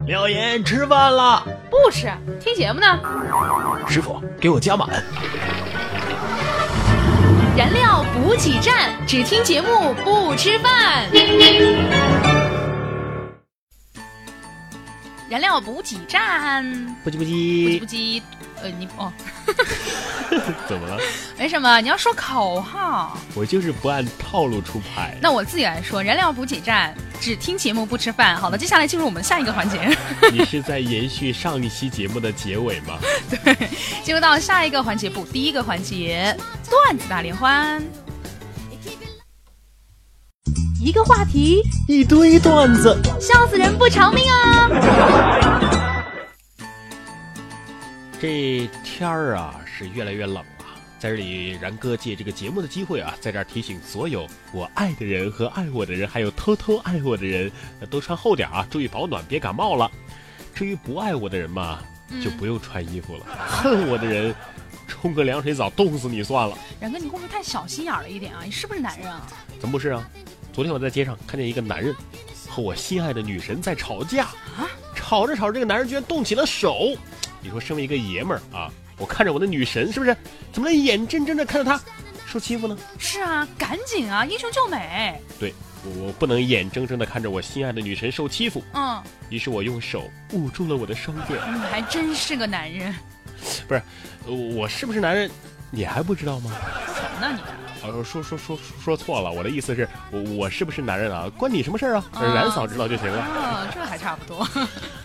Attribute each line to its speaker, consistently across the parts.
Speaker 1: 廖岩吃饭了，
Speaker 2: 不吃，听节目呢。
Speaker 1: 师傅给我加满。
Speaker 2: 燃料补给站，只听节目不吃饭。燃料补给站，
Speaker 1: 不叽不
Speaker 2: 不急
Speaker 1: 叽
Speaker 2: 不，急，呃，你哦，
Speaker 1: 怎么了？
Speaker 2: 没什么，你要说口号，
Speaker 1: 我就是不按套路出 牌。
Speaker 2: 那我自己来说，燃料补给站，只听节目不吃饭。好的，接下来进入我们下一个环节。
Speaker 1: 你是在延续上一期节目的结尾吗？
Speaker 2: 进入到下一个环节部，第一个环节段子大联欢。一个话题，
Speaker 1: 一堆段子，
Speaker 2: 笑死人不偿命啊！
Speaker 1: 这天儿啊是越来越冷了。在这里，然哥借这个节目的机会啊，在这儿提醒所有我爱的人和爱我的人，还有偷偷爱我的人，呃都穿厚点儿啊，注意保暖，别感冒了。至于不爱我的人嘛，
Speaker 2: 嗯
Speaker 1: 就不用穿衣服了。恨我的人，冲个凉水澡冻死你算了。
Speaker 2: 然哥，你会不会太小心眼儿了一点啊？你是不是男人啊？
Speaker 1: 怎么不是啊？昨天我在街上看见一个男人和我心爱的女神在吵架，吵着吵着，这个男人居然动起了手。你说，身为一个爷们儿啊，我看着我的女神是不是？怎么能眼睁睁的看着她受欺负呢？
Speaker 2: 是啊，赶紧啊，英雄救美。
Speaker 1: 对我，我不能眼睁睁的看着我心爱的女神受欺负，
Speaker 2: 嗯，
Speaker 1: 于是我用手捂住了我的双腿。
Speaker 2: 你还真是个男人，
Speaker 1: 呃我是不是男人？你还不知道吗？
Speaker 2: 说什么呢你？
Speaker 1: 呃，说说说说说错了，我的意思是我我是不是男人啊？关你什么事儿啊？
Speaker 2: 啊
Speaker 1: 冉嫂知道就行了。
Speaker 2: 啊，这还差不多。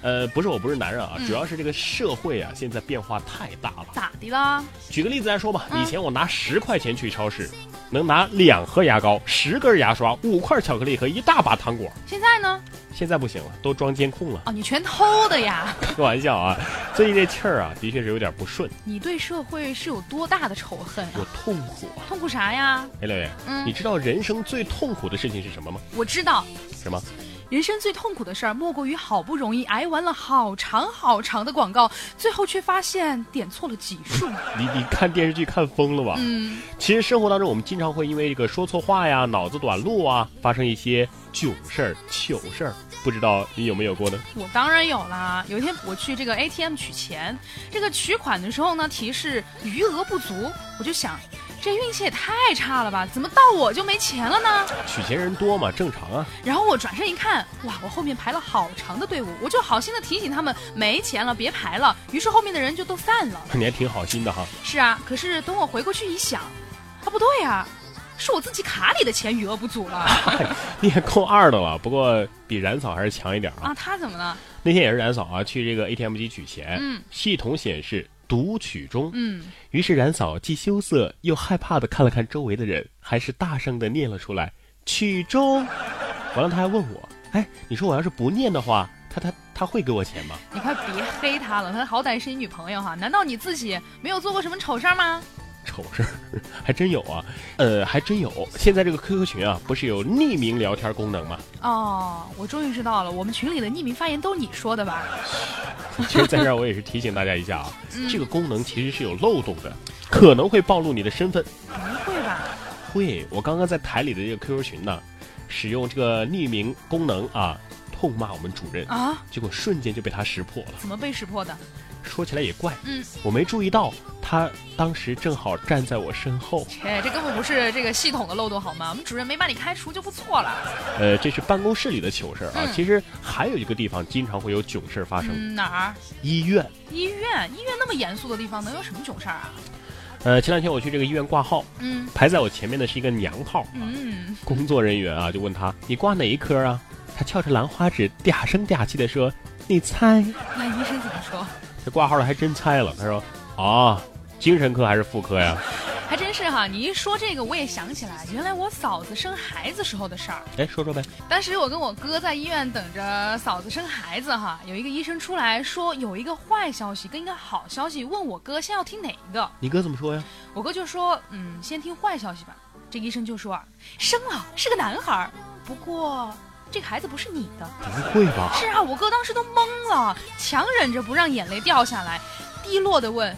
Speaker 1: 呃，不是，我不是男人啊，
Speaker 2: 嗯
Speaker 1: 主要是这个社会啊，现在变化太大了。
Speaker 2: 咋的啦？
Speaker 1: 举个例子来说吧，
Speaker 2: 嗯
Speaker 1: 以前我拿十块钱去超市，能拿两盒牙膏、十根牙刷、五块巧克力和一大把糖果，
Speaker 2: 现在呢？
Speaker 1: 现在不行了，都装监控了，
Speaker 2: 哦，你全偷的呀？
Speaker 1: 开玩笑啊！最近这气儿啊，的确是有点不顺，
Speaker 2: 你对社会是有多大的仇恨啊
Speaker 1: 我？痛苦啊！
Speaker 2: 痛苦啥呀？
Speaker 1: 哎，廖岩，你
Speaker 2: 嗯，
Speaker 1: 知道人生最痛苦的事情是什么吗？
Speaker 2: 我知道，
Speaker 1: 什么？
Speaker 2: 人生最痛苦的事儿，莫过于好不容易挨完了好长好长的广告，最后却发现点错了级 数。
Speaker 1: 你你看电视剧看疯了吧？
Speaker 2: 嗯，
Speaker 1: 其实生活当中，我们经常会因为这个说错话呀、脑子短路啊，发生一些囧事儿、糗事儿。不知道你有没有过呢？
Speaker 2: 我当然有啦。有一天我去这个 ATM 取钱，这个取款的时候呢，提示余额不足，我就想，这运气也太差了吧，怎么到我就没钱了呢？
Speaker 1: 取钱人多嘛，正常啊。
Speaker 2: 然后我转身一看，哇，我后面排了好长的队伍，我就好心的提醒他们没钱了，别排了。于是后面的人就都散了。
Speaker 1: 你还挺好心的哈。
Speaker 2: 是啊，可是等我回过去一想，啊，不对呀、是我自己卡里的钱余额不足了
Speaker 1: 你也够二的了，不过比冉嫂还是强一点啊。
Speaker 2: 啊！他怎么了？
Speaker 1: 那天也是冉嫂啊，去这个 ATM 机取钱，
Speaker 2: 嗯
Speaker 1: 系统显示读取中，
Speaker 2: 嗯，
Speaker 1: 于是冉嫂既羞涩又害怕的看了看周围的人，还是大声的念了出来：“取中。” 完了，他还问我：“哎，你说我要是不念的话，他他他会给我钱吗
Speaker 2: 你快别黑他了，他好歹是你女朋友哈。难道你自己没有做过什么丑事儿吗？？”
Speaker 1: 丑事儿 还真有啊，呃，还真有。现在这个 QQ 群啊，不是有匿名聊天功能吗？
Speaker 2: 哦，我终于知道了，我们群里的匿名发言都是你说的吧？
Speaker 1: 其实在这儿我也是提醒大家一下啊，
Speaker 2: 嗯
Speaker 1: 这个功能其实是有漏洞的，可能会暴露你的身份。
Speaker 2: 不会吧？
Speaker 1: 会，我刚刚在台里的这个 QQ 群呢，使用这个匿名功能啊，痛骂我们主任，
Speaker 2: 啊，
Speaker 1: 结果瞬间就被他识破了。
Speaker 2: 怎么被识破的？
Speaker 1: 说起来也怪，
Speaker 2: 嗯，
Speaker 1: 我没注意到他当时正好站在我身后，
Speaker 2: 切，这根本不是这个系统的漏洞好吗？我们主任没把你开除就不错了。
Speaker 1: 呃，这是办公室里的糗事儿啊。
Speaker 2: 嗯
Speaker 1: 其实还有一个地方经常会有囧事儿发生，
Speaker 2: 嗯，哪儿？
Speaker 1: 医院。
Speaker 2: 医院？医院那么严肃的地方能有什么囧事儿啊？
Speaker 1: 呃，前两天我去这个医院挂号，
Speaker 2: 嗯
Speaker 1: 排在我前面的是一个娘炮啊，
Speaker 2: 嗯，
Speaker 1: 工作人员啊，就问他你挂哪一科啊？他翘着兰花指，嗲声嗲气的说：“你猜。
Speaker 2: 那医生怎么说？”
Speaker 1: 这挂号的还真猜了，他说：“啊，精神科还是妇科呀
Speaker 2: 还真是哈，你一说这个，我也想起来，原来我嫂子生孩子时候的事儿。？”
Speaker 1: 哎，说说呗。
Speaker 2: 当时我跟我哥在医院等着嫂子生孩子哈，有一个医生出来说有一个坏消息跟一个好消息，问我哥先要听哪一个，
Speaker 1: 你哥怎么说呀？
Speaker 2: 我哥就说嗯，先听坏消息吧。这个医生就说啊，生了是个男孩儿，不过这个孩子不是你的。
Speaker 1: 不会吧？
Speaker 2: 是啊，我哥当时都懵了，强忍着不让眼泪掉下来，低落的问：“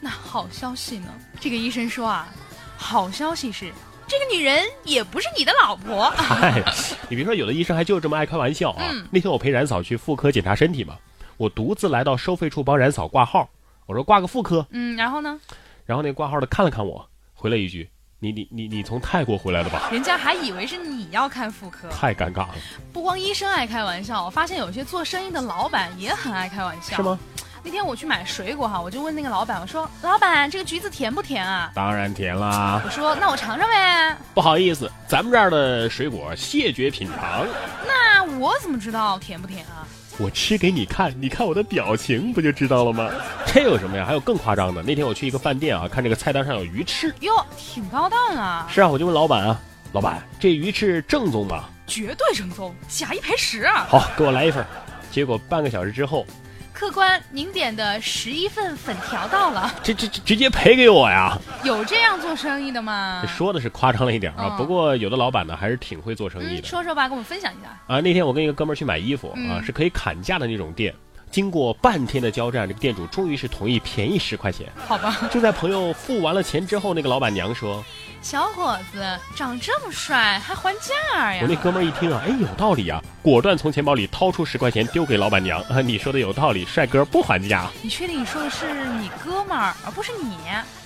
Speaker 2: 那好消息呢？”这个医生说啊，好消息是这个女人也不是你的老婆。
Speaker 1: 嗨，你别说，有的医生还就这么爱开玩笑啊。
Speaker 2: 嗯
Speaker 1: 那天我陪冉嫂去妇科检查身体嘛，我独自来到收费处帮冉嫂挂号，我说挂个妇科，
Speaker 2: 嗯，然后呢，
Speaker 1: 然后那挂号的看了看我，回了一句：“你你你你从泰国回来的吧
Speaker 2: 人家还以为是你要看妇科？”。
Speaker 1: 太尴尬了，
Speaker 2: 不光医生爱开玩笑，我发现有些做生意的老板也很爱开玩笑。
Speaker 1: 是？吗？
Speaker 2: 那天我去买水果哈，我就问那个老板，我说：“老板，这个橘子甜不甜啊
Speaker 1: 当然甜啦！”
Speaker 2: 我说：“那我尝尝呗。
Speaker 1: 不好意思，咱们这儿的水果谢绝品尝，”
Speaker 2: 那我怎么知道甜不甜啊？
Speaker 1: 我吃给你看，你看我的表情不就知道了吗？这有什么呀？还有更夸张的，那天我去一个饭店啊，看这个菜单上有鱼翅，
Speaker 2: 哟，挺高档啊，
Speaker 1: 是啊，我就问老板啊，老板这鱼翅正宗吗？
Speaker 2: 绝对正宗，假一赔十啊！
Speaker 1: 好，给我来一份儿。结果半个小时之后，
Speaker 2: 客官，您点的十一份粉条到了，
Speaker 1: 这这这直接赔给我呀！
Speaker 2: 有这样做生意的吗
Speaker 1: 这？说的是夸张了一点啊，
Speaker 2: 嗯
Speaker 1: 不过有的老板呢还是挺会做生意
Speaker 2: 嗯，
Speaker 1: 的
Speaker 2: 说说吧，跟我们分享一下。
Speaker 1: 啊。那天我跟一个哥们儿去买衣服啊，
Speaker 2: 嗯
Speaker 1: 是可以砍价的那种店。经过半天的交战，这个店主终于是同意便宜十块钱。
Speaker 2: 好吧，
Speaker 1: 就在朋友付完了钱之后，那个老板娘说：“
Speaker 2: 小伙子长这么帅，还还价呀
Speaker 1: 我？那哥们儿一听啊，哎，有道理啊，果断从钱包里掏出十块钱丢给老板娘 啊。你说的有道理，帅哥不还价。
Speaker 2: 你确定你说的是你哥们儿，而不是你？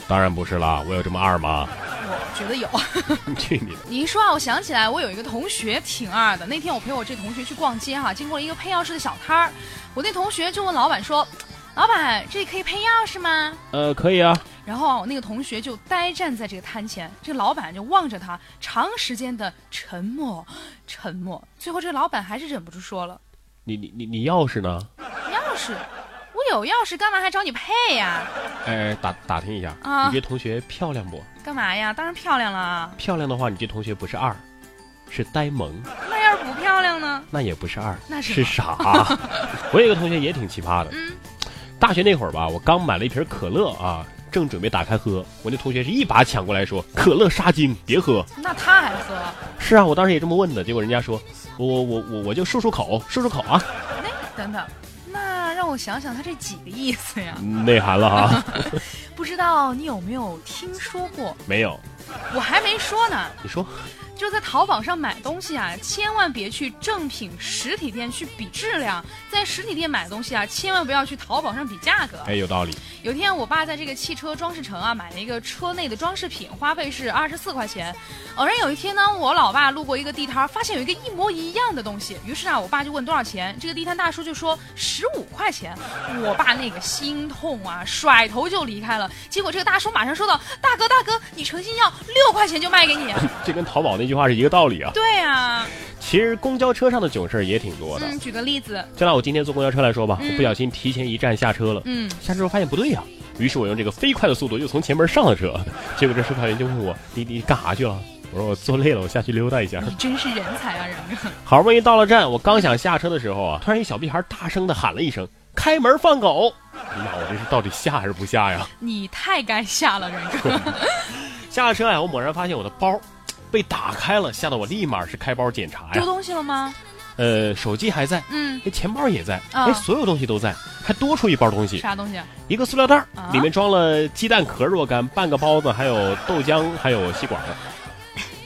Speaker 1: 当然不是啦，我有这么二吗？
Speaker 2: 我觉得有。
Speaker 1: 去你的！
Speaker 2: 你一说啊，我想起来，我有一个同学挺二的。那天我陪我这同学去逛街哈、经过了一个配钥匙的小摊儿，我那同学就问老板说：“老板，这里可以配钥匙吗？”
Speaker 1: 呃，可以啊，
Speaker 2: 然后啊，我那个同学就呆站在这个摊前，这个老板就望着他，长时间的沉默，沉默。最后，这个老板还是忍不住说了
Speaker 1: 你你你你钥匙呢？：“
Speaker 2: 钥匙，我有钥匙，干嘛还找你配呀？
Speaker 1: 哎，打打听一下，
Speaker 2: 啊
Speaker 1: 你这同学漂亮不？
Speaker 2: 干嘛呀？当然漂亮了，
Speaker 1: 漂亮的话，你这同学不是二，是呆萌，
Speaker 2: 那要是不漂亮呢？
Speaker 1: 那也不是二，
Speaker 2: 那是
Speaker 1: 是傻。 我有一个同学也挺奇葩的，
Speaker 2: 嗯
Speaker 1: 大学那会儿吧，我刚买了一瓶可乐啊，正准备打开喝，我那同学是一把抢过来说：“可乐杀精，别喝。
Speaker 2: 那他还喝？”
Speaker 1: 是啊，我当时也这么问的，结果人家说：“我我我我我就漱漱口，漱漱口啊，
Speaker 2: 那等等，那让我想想，他这几个意思呀？
Speaker 1: 内涵了啊。
Speaker 2: 不知道你有没有听说过？”
Speaker 1: 没有，
Speaker 2: 我还没说呢。
Speaker 1: 你说
Speaker 2: 就在淘宝上买东西啊，千万别去正品实体店去比质量，在实体店买东西啊，千万不要去淘宝上比价格。
Speaker 1: 哎有道理，
Speaker 2: 有天我爸在这个汽车装饰城啊买了一个车内的装饰品，花费是二十四块钱。偶然有一天呢，我老爸路过一个地摊儿，发现有一个一模一样的东西，于是啊，我爸就问多少钱，这个地摊大叔就说十五块钱。我爸那个心痛啊，甩头就离开了。结果这个大叔马上说道：“大哥大哥，你诚心要六块钱就卖给你。
Speaker 1: 这跟淘宝那句话是一个道理啊”。
Speaker 2: 对啊。
Speaker 1: 其实公交车上的囧事儿也挺多的，
Speaker 2: 嗯，举个例子，
Speaker 1: 就拿我今天坐公交车来说吧，
Speaker 2: 嗯
Speaker 1: 我不小心提前一站下车了，
Speaker 2: 嗯，
Speaker 1: 下车之后发现不对呀、于是我用这个飞快的速度又从前门上了车，结果这售票员就问我：“你你干啥去了？”我说：“我坐累了，我下去溜达一下。
Speaker 2: 你真是人才啊，人哥！”
Speaker 1: 好不容易到了站，我刚想下车的时候啊，突然一小屁孩大声的喊了一声：“开门放狗！”哎呀，我这是到底下还是不下呀？
Speaker 2: 你太该下了，人哥。
Speaker 1: 下了车呀，我猛然发现我的包被打开了，吓得我立马是开包检查
Speaker 2: 丢
Speaker 1: 呀。
Speaker 2: 东西了吗？
Speaker 1: 呃，手机还在，
Speaker 2: 嗯，
Speaker 1: 哎，钱包也在，
Speaker 2: 啊
Speaker 1: 哎，所有东西都在，还多出一包东西。
Speaker 2: 啥东西？
Speaker 1: 一个塑料袋儿
Speaker 2: 啊，
Speaker 1: 里面装了鸡蛋壳若干、半个包子，还有豆浆，还有吸管儿，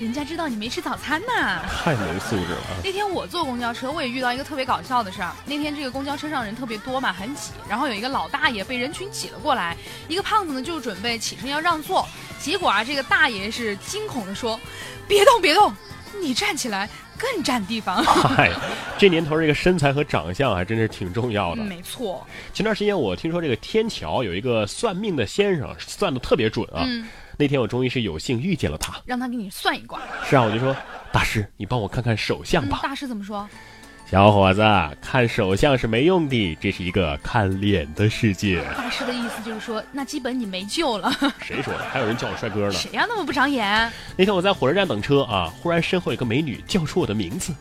Speaker 2: 人家知道你没吃早餐呐。
Speaker 1: 太没素质了啊！
Speaker 2: 那天我坐公交车，我也遇到一个特别搞笑的事儿。那天这个公交车上人特别多嘛，很挤，然后有一个老大爷被人群挤了过来，一个胖子呢就准备起身要让座，结果啊，这个大爷是惊恐的说：“别动，别动，你站起来更占地方。
Speaker 1: 嗨，这年头这个身材和长相还真是挺重要的。
Speaker 2: 嗯没错，
Speaker 1: 前段时间我听说这个天桥有一个算命的先生，算的特别准啊。
Speaker 2: 嗯，
Speaker 1: 那天我终于是有幸遇见了他，
Speaker 2: 让他给你算一卦。
Speaker 1: 是啊，我就说大师，你帮我看看手相
Speaker 2: 嗯，
Speaker 1: 吧。
Speaker 2: 大师怎么说？
Speaker 1: 小伙子，看手相是没用的，这是一个看脸的世界。
Speaker 2: 大师的意思就是说，那基本你没救了。
Speaker 1: 谁说的？还有人叫我帅哥呢。
Speaker 2: 谁呀、那么不长眼？
Speaker 1: 那天我在火车站等车啊，忽然身后有个美女叫出我的名字。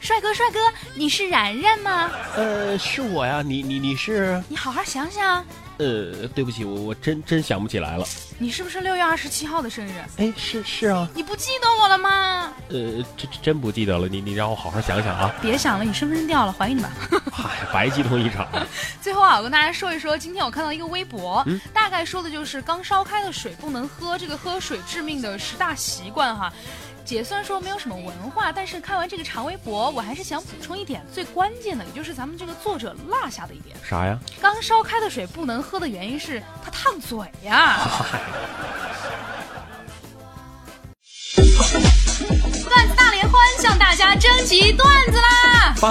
Speaker 2: 帅哥，帅哥，你是然然吗？
Speaker 1: 呃，是我呀，你你你是？
Speaker 2: 你好好想想，
Speaker 1: 呃，对不起，我我真真想不起来了。
Speaker 2: 你是不是六月二十七号的生日？
Speaker 1: 哎，是是啊，
Speaker 2: 你不记得我了吗？
Speaker 1: 呃，真真不记得了。你你让我好好想想啊。
Speaker 2: 别想了，你身份证掉了，还给你吧。
Speaker 1: 嗨，哎白激动一 场。
Speaker 2: 最后啊，我跟大家说一说，今天我看到一个微博，大概说的就是刚烧开的水不能喝，这个喝水致命的十大习惯哈。姐虽然说没有什么文化，但是看完这个长微博，我还是想补充一点最关键的，也就是咱们这个作者落下的一点：
Speaker 1: 啥呀？
Speaker 2: 刚烧开的水不能喝的原因是它烫嘴呀。段子大联欢向大家征集段子啦！
Speaker 1: 发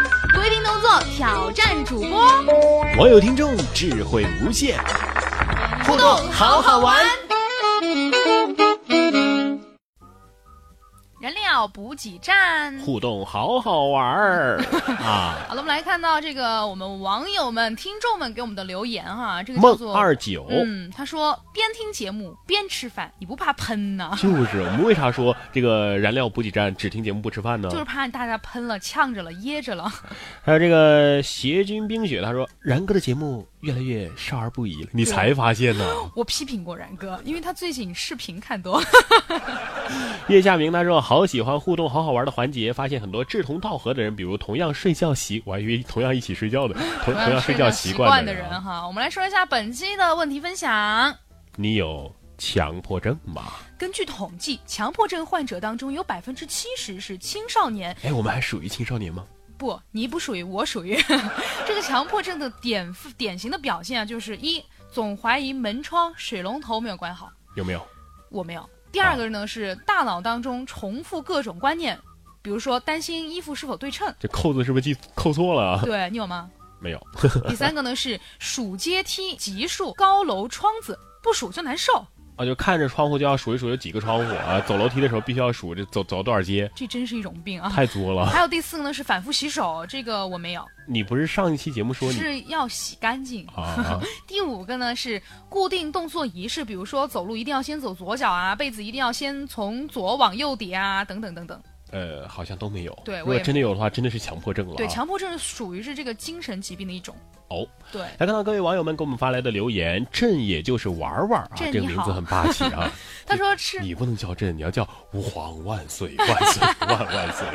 Speaker 2: 规定动作挑战主播，
Speaker 1: 网友听众智慧无限，互动好好玩。
Speaker 2: 燃料补给站。
Speaker 1: 互动好好玩儿啊！
Speaker 2: 好了，我们来看到这个我们网友们、听众们给我们的留言哈，这个叫
Speaker 1: 梦
Speaker 2: 做
Speaker 1: 二九、
Speaker 2: 嗯，他说边听节目边吃饭，你不怕喷呐？
Speaker 1: 就是我们为啥说这个燃料补给站只听节目不吃饭呢？
Speaker 2: 就是怕大家喷了、呛着了、噎 着了。
Speaker 1: 还有这个邪君冰雪，他说然哥的节目越来越少儿不宜了，你才发现呢。
Speaker 2: 我批评过然哥，因为他最近视频 看多了。
Speaker 1: 叶夏明他说好喜欢互动好好玩的环节，发现很多志同道合的人，比如同样睡觉习，我还以为同样一起睡觉 的，同同样睡觉习
Speaker 2: 习
Speaker 1: 惯
Speaker 2: 的
Speaker 1: 人啊。
Speaker 2: 人哈，我们来说一下本期的问题分享。
Speaker 1: 你有强迫症吗？
Speaker 2: 根据统计，强迫症患者当中有百分之七十是青少年。
Speaker 1: 哎，我们还属于青少年吗？
Speaker 2: 不，你不属于，我属于。 这个强迫症的典典型的表现啊，就是一总怀疑门窗、水龙头没有关好，
Speaker 1: 有没有？
Speaker 2: 我没有。第二
Speaker 1: 啊
Speaker 2: 个呢是大脑当中重复各种观念，比如说担心衣服是否对称，
Speaker 1: 这扣子是不是系扣错了啊？
Speaker 2: 对你 有吗？
Speaker 1: 没有，
Speaker 2: 第三个呢是数阶梯级数、高楼窗子，不数就难受。
Speaker 1: 啊，就看着窗户就要数一数有几个窗户啊，走楼梯的时候必须要数这走走多少阶，
Speaker 2: 这真是一种病 啊！
Speaker 1: 太作了。
Speaker 2: 还有第四个呢是反复洗手，这个我没有，
Speaker 1: 你不是上一期节目说你
Speaker 2: 是要洗干净。
Speaker 1: 啊？
Speaker 2: 第五个呢是固定动作仪式，比如说走路一定要先走左脚啊，被子一定要先从左往右叠啊，等等等等。
Speaker 1: 呃，好像都没有。
Speaker 2: 对
Speaker 1: 如
Speaker 2: 我
Speaker 1: 果
Speaker 2: 也
Speaker 1: 真的有的话，真的是强迫症了、啊。
Speaker 2: 对，强迫症属于是这个精神疾病的一种。
Speaker 1: 哦，
Speaker 2: 对，
Speaker 1: 来看到各位网友们给我们发来的留言，朕也就是玩玩啊，
Speaker 2: 朕
Speaker 1: 这个
Speaker 2: 你
Speaker 1: 名
Speaker 2: 好
Speaker 1: 字很霸气啊。
Speaker 2: 他说吃
Speaker 1: 你不能叫朕，你要叫吾皇万岁万岁万万 岁。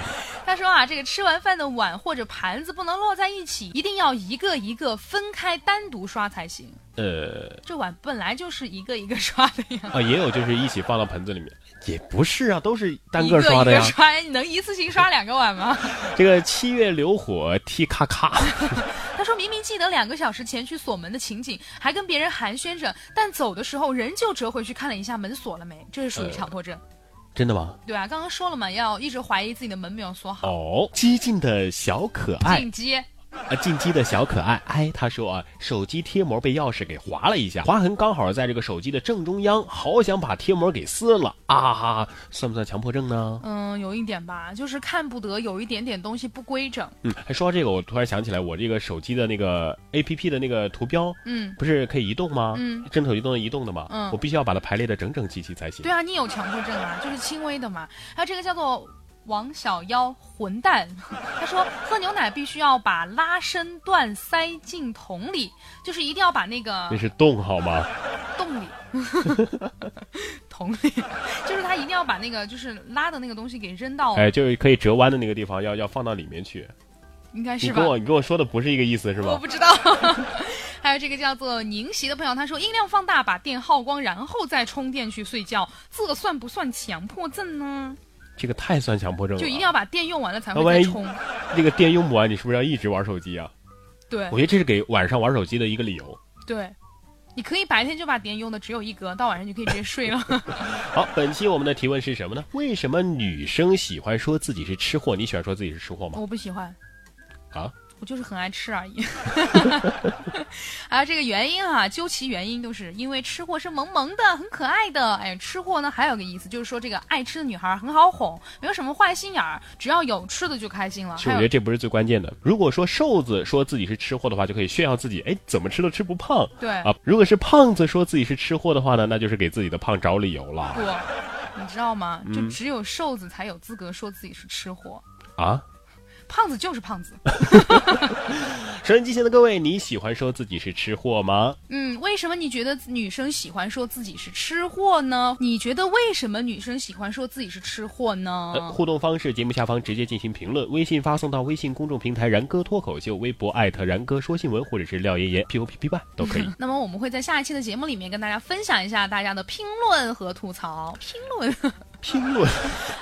Speaker 2: 他说啊，这个吃完饭的碗或者盘子不能摞在一起，一定要一个一个分开单独刷才行。
Speaker 1: 呃
Speaker 2: 这碗本来就是一个一个刷的呀，
Speaker 1: 啊，也有就是一起放到盆子 里面，也不是啊，都是单
Speaker 2: 一
Speaker 1: 个
Speaker 2: 个
Speaker 1: 刷的呀
Speaker 2: 一。个刷，你能一次性刷两个碗吗？
Speaker 1: 这个七月流火踢咔 咔，
Speaker 2: 他说明明记得两个小时前去锁门的情景，还跟别人寒暄着，但走的时候仍旧折回去看了一下门锁了没，这是属于强迫症。
Speaker 1: 真的吗？
Speaker 2: 对啊，刚刚说了嘛，要一直怀疑自己的门没有锁好。
Speaker 1: 哦，激进的小可爱
Speaker 2: 进阶，
Speaker 1: 啊，进击的小可爱，哎，他说啊，手机贴膜被钥匙给划了一下，划痕刚好在这个手机的正中央，好想把贴膜给撕了啊哈哈，算不算强迫症呢？
Speaker 2: 嗯，有一点吧，就是看不得有一点点东西不规整。
Speaker 1: 嗯，还说到这个，我突然想起来，我这个手机的那个 A P P 的那个图标，
Speaker 2: 嗯，
Speaker 1: 不是可以移动吗？
Speaker 2: 嗯，
Speaker 1: 真手移动的移动的嘛，
Speaker 2: 嗯
Speaker 1: 我必须要把它排列的整整齐齐才行
Speaker 2: 对。啊，你有强迫症啊，就是轻微的嘛。还有这个叫做王小妖混蛋，他说喝牛奶必须要把拉伸段塞进桶里，就是一定要把那个
Speaker 1: 那是动好吗？
Speaker 2: 洞 里桶里，就是他一定要把那个就是拉的那个东西给扔到，
Speaker 1: 哎，就是可以折弯的那个地方，要要放到里面去。
Speaker 2: 应该
Speaker 1: 你
Speaker 2: 是吧
Speaker 1: 跟？我你跟我说的不是一个意思是
Speaker 2: 我
Speaker 1: 吧？
Speaker 2: 不知道。 还有这个叫做宁习的朋友，他说音量放大，把电耗光，然后再充电去睡觉，这算不算强迫症呢？
Speaker 1: 这个太算强迫症了。
Speaker 2: 就一定要把电用完了才会
Speaker 1: 那万
Speaker 2: 再
Speaker 1: 一
Speaker 2: 充。
Speaker 1: 这个电用不完，你是不是要一直玩手机啊？
Speaker 2: 对
Speaker 1: 我觉得这是给晚上玩手机的一个理由。
Speaker 2: 对，你可以白天就把电用的只有一格，到晚上就可以直接睡了。
Speaker 1: 好，本期我们的提问是什么呢？为什么女生喜欢说自己是吃货？你喜欢说自己是吃货吗？
Speaker 2: 我不喜欢
Speaker 1: 啊，
Speaker 2: 我就是很爱吃而已。 啊，这个原因啊，究其原因，就是因为吃货是萌萌的，很可爱的。哎，吃货呢还有个意思，就是说这个爱吃的女孩很好哄，没有什么坏心眼儿，只要有吃的就开心了。
Speaker 1: 其实
Speaker 2: 还
Speaker 1: 我觉得
Speaker 2: 有
Speaker 1: 这不是最关键的。如果说瘦子说自己是吃货的话，就可以炫耀自己，哎，怎么吃都吃不胖
Speaker 2: 对
Speaker 1: 啊。如果是胖子说自己是吃货的话呢，那就是给自己的胖找理由了
Speaker 2: 不，你知道吗？
Speaker 1: 嗯
Speaker 2: 就只有瘦子才有资格说自己是吃货，
Speaker 1: 啊。
Speaker 2: 胖子就是胖子。
Speaker 1: 收音机前的各位，你喜欢说自己是吃货吗？
Speaker 2: 嗯，为什么你觉得女生喜欢说自己是吃货呢？你觉得为什么女生喜欢说自己是吃货呢？
Speaker 1: 呃，互动方式，节目下方直接进行评论，微信发送到微信公众平台“然哥脱口秀”，微博艾特“然哥说新闻”或者是廖爷爷 P O P P 吧都可以。
Speaker 2: 那么我们会在下一期的节目里面跟大家分享一下大家的评论和吐槽。评论，
Speaker 1: 评论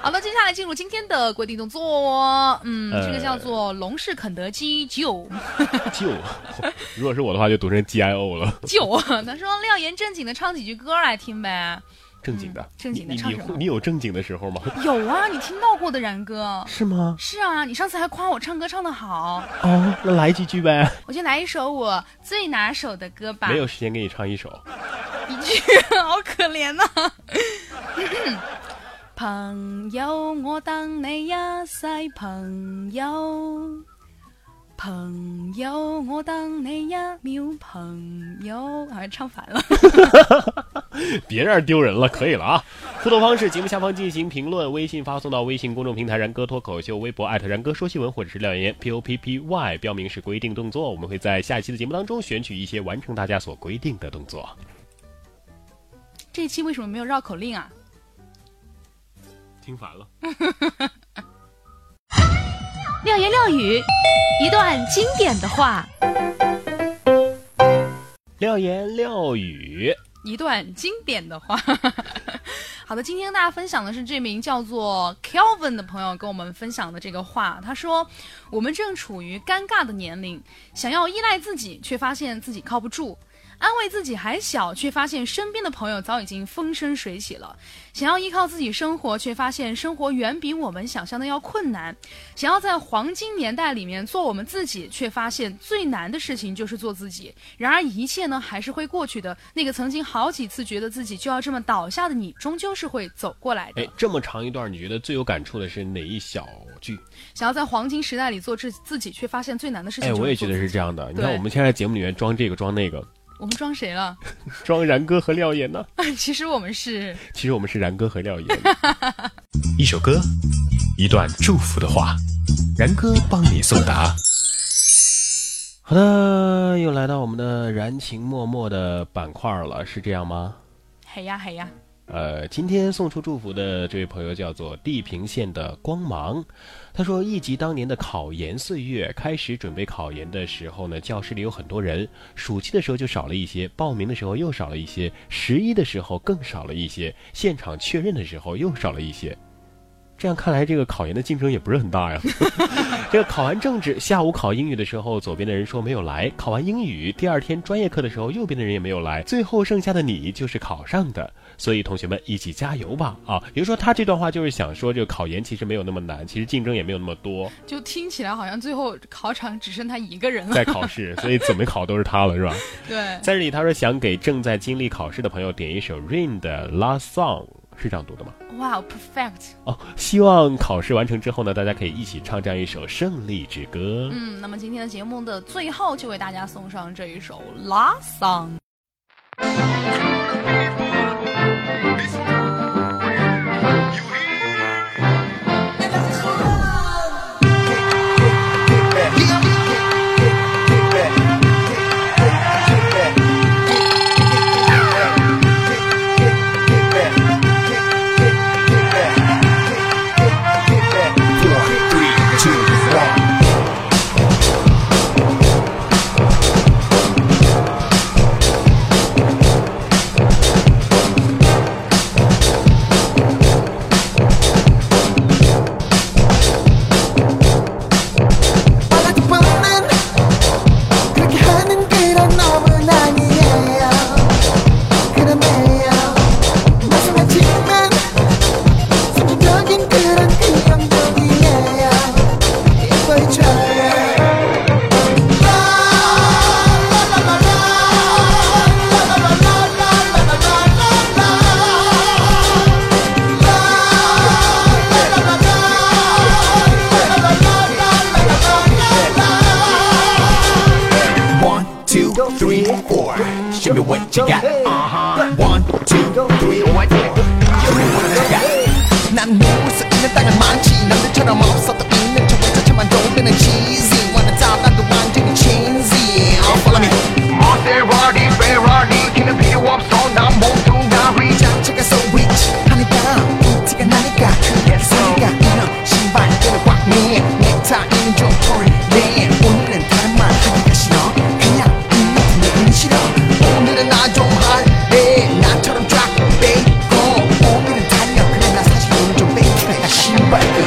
Speaker 2: 好的，接下来进入今天的规定动作，嗯，
Speaker 1: 呃
Speaker 2: 这个叫做龙氏肯德基九
Speaker 1: 就， 如果是我的话，就读成 G I O 了。
Speaker 2: 九。他说廖岩正经的唱几句歌来听呗。
Speaker 1: 正经的，
Speaker 2: 嗯正经的
Speaker 1: 你
Speaker 2: 唱
Speaker 1: 你
Speaker 2: 什
Speaker 1: 你
Speaker 2: 么
Speaker 1: 你有正经的时候吗？
Speaker 2: 有啊，你听到过的然哥。
Speaker 1: 是吗？
Speaker 2: 是啊，你上次还夸我唱歌唱得好，
Speaker 1: 哦，那来几句呗。
Speaker 2: 我就来一首我最拿手的歌吧，
Speaker 1: 没有时间给你唱一首。
Speaker 2: 一句，好可怜呐、朋友，我等你一世，朋友，朋友，我等你一秒，朋友，好像唱反了。
Speaker 1: 别让人丢人了，可以了啊！互动方式：节目下方进行评论，微信发送到微信公众平台“然哥脱口秀”，微博艾特然哥说新闻，或者是廖岩岩 P O P P Y，标明是规定动作。我们会在下一期的节目当中选取一些完成大家所规定的动作。
Speaker 2: 这一期为什么没有绕口令啊？
Speaker 1: 听烦了，
Speaker 2: 廖言廖语，一段经典的话，
Speaker 1: 廖岩廖宇，
Speaker 2: 一段经典的话。 好的，今天跟大家分享的是这名叫做 Kelvin 的朋友跟我们分享的这个话。他说：“我们正处于尴尬的年龄，想要依赖自己，却发现自己靠不住；安慰自己还小，却发现身边的朋友早已经风生水起了；想要依靠自己生活，却发现生活远比我们想象的要困难；想要在黄金年代里面做我们自己，却发现最难的事情就是做自己。然而一切呢，还是会过去的。那个曾经好几次觉得自己就要这么倒下的你，终究是会走过来的。
Speaker 1: 哎，这么长一段，你觉得最有感触的是哪一小句？
Speaker 2: 想要在黄金时代里做自自己，却发现最难的事情
Speaker 1: 哎，
Speaker 2: 就是
Speaker 1: 我也觉
Speaker 2: 做
Speaker 1: 得
Speaker 2: 自己
Speaker 1: 是这样的。你看
Speaker 2: 对
Speaker 1: 我们现在节目里面装这个装那个，
Speaker 2: 我们装谁了？
Speaker 1: 装然哥和廖岩呢，
Speaker 2: 其实我们是
Speaker 1: 其实我们是然哥和廖岩。一首歌，一段祝福的话，然哥帮你送达。好的，又来到我们的燃情脉脉的板块了，是这样吗？
Speaker 2: 嘿呀嘿呀，
Speaker 1: 呃，今天送出祝福的这位朋友叫做地平线的光芒，他说忆及当年的考研岁月，开始准备考研的时候呢，教室里有很多人，暑期的时候就少了一些，报名的时候又少了一些，十一的时候更少了一些，现场确认的时候又少了一些。这样看来，这个考研的竞争也不是很大呀。这个考完政治，下午考英语的时候，左边的人说没有来；考完英语，第二天专业课的时候，右边的人也没有来。最后剩下的你就是考上的，所以同学们一起加油吧！啊，也就是说，他这段话就是想说，这个考研其实没有那么难，其实竞争也没有那么多，
Speaker 2: 就听起来好像最后考场只剩他一个人了。
Speaker 1: 在考试，所以怎么考都是他了，是吧？
Speaker 2: 对，
Speaker 1: 在这里，他说想给正在经历考试的朋友点一首 Rain 的 Last Song，是这样读的吗？
Speaker 2: 哇、p e r f e c t
Speaker 1: 哦，希望考试完成之后呢，大家可以一起唱这样一首《胜利之歌》。
Speaker 2: 嗯，那么今天的节目的最后就为大家送上这一首《拉桑》。
Speaker 3: Uh-huh. 게 너무 없어도 있는 척 자체만 돌리는 cheesy 완전 잘난도 완전히 cheesy Oh follow me
Speaker 4: Maserati, Ferrari, 키는 필요 없어 난 모두 다
Speaker 3: 이
Speaker 4: rich
Speaker 3: 자체가 so rich 하니까 인기가 나니까 그랬으니까 이런 신발들을 꽉내 넥타이는 좀 폴리에 오늘은 다른 말 하기가 싫어 그냥 있는 분위기는 싫어 오늘은 나 좀 할래 나처럼 쫙 빼고 오늘은 달려 그래 나 사실 오늘 좀 뺏기네 신발들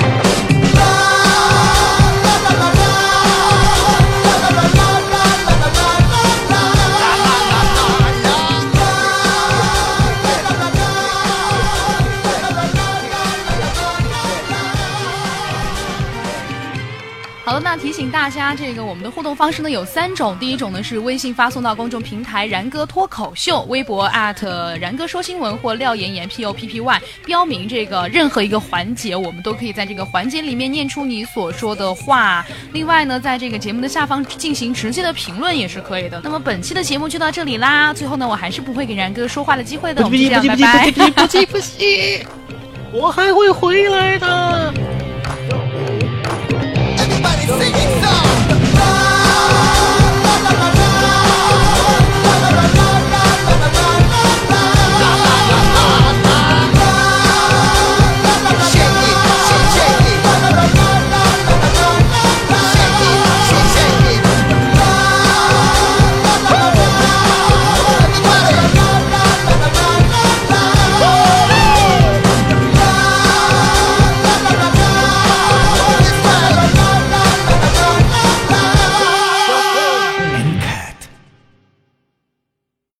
Speaker 2: 好的，那提醒大家，这个我们的互动方式呢有三种，第一种呢是微信发送到公众平台“然哥脱口秀”，微博然哥说新闻或廖岩岩 P O P P Y，标明这个任何一个环节，我们都可以在这个环节里面念出你所说的话。另外呢，在这个节目的下方进行直接的评论也是可以的。那么本期的节目就到这里啦，最后呢，我还是不会给然哥说话的机会的，我们就这样，拜拜。
Speaker 3: Everybody sing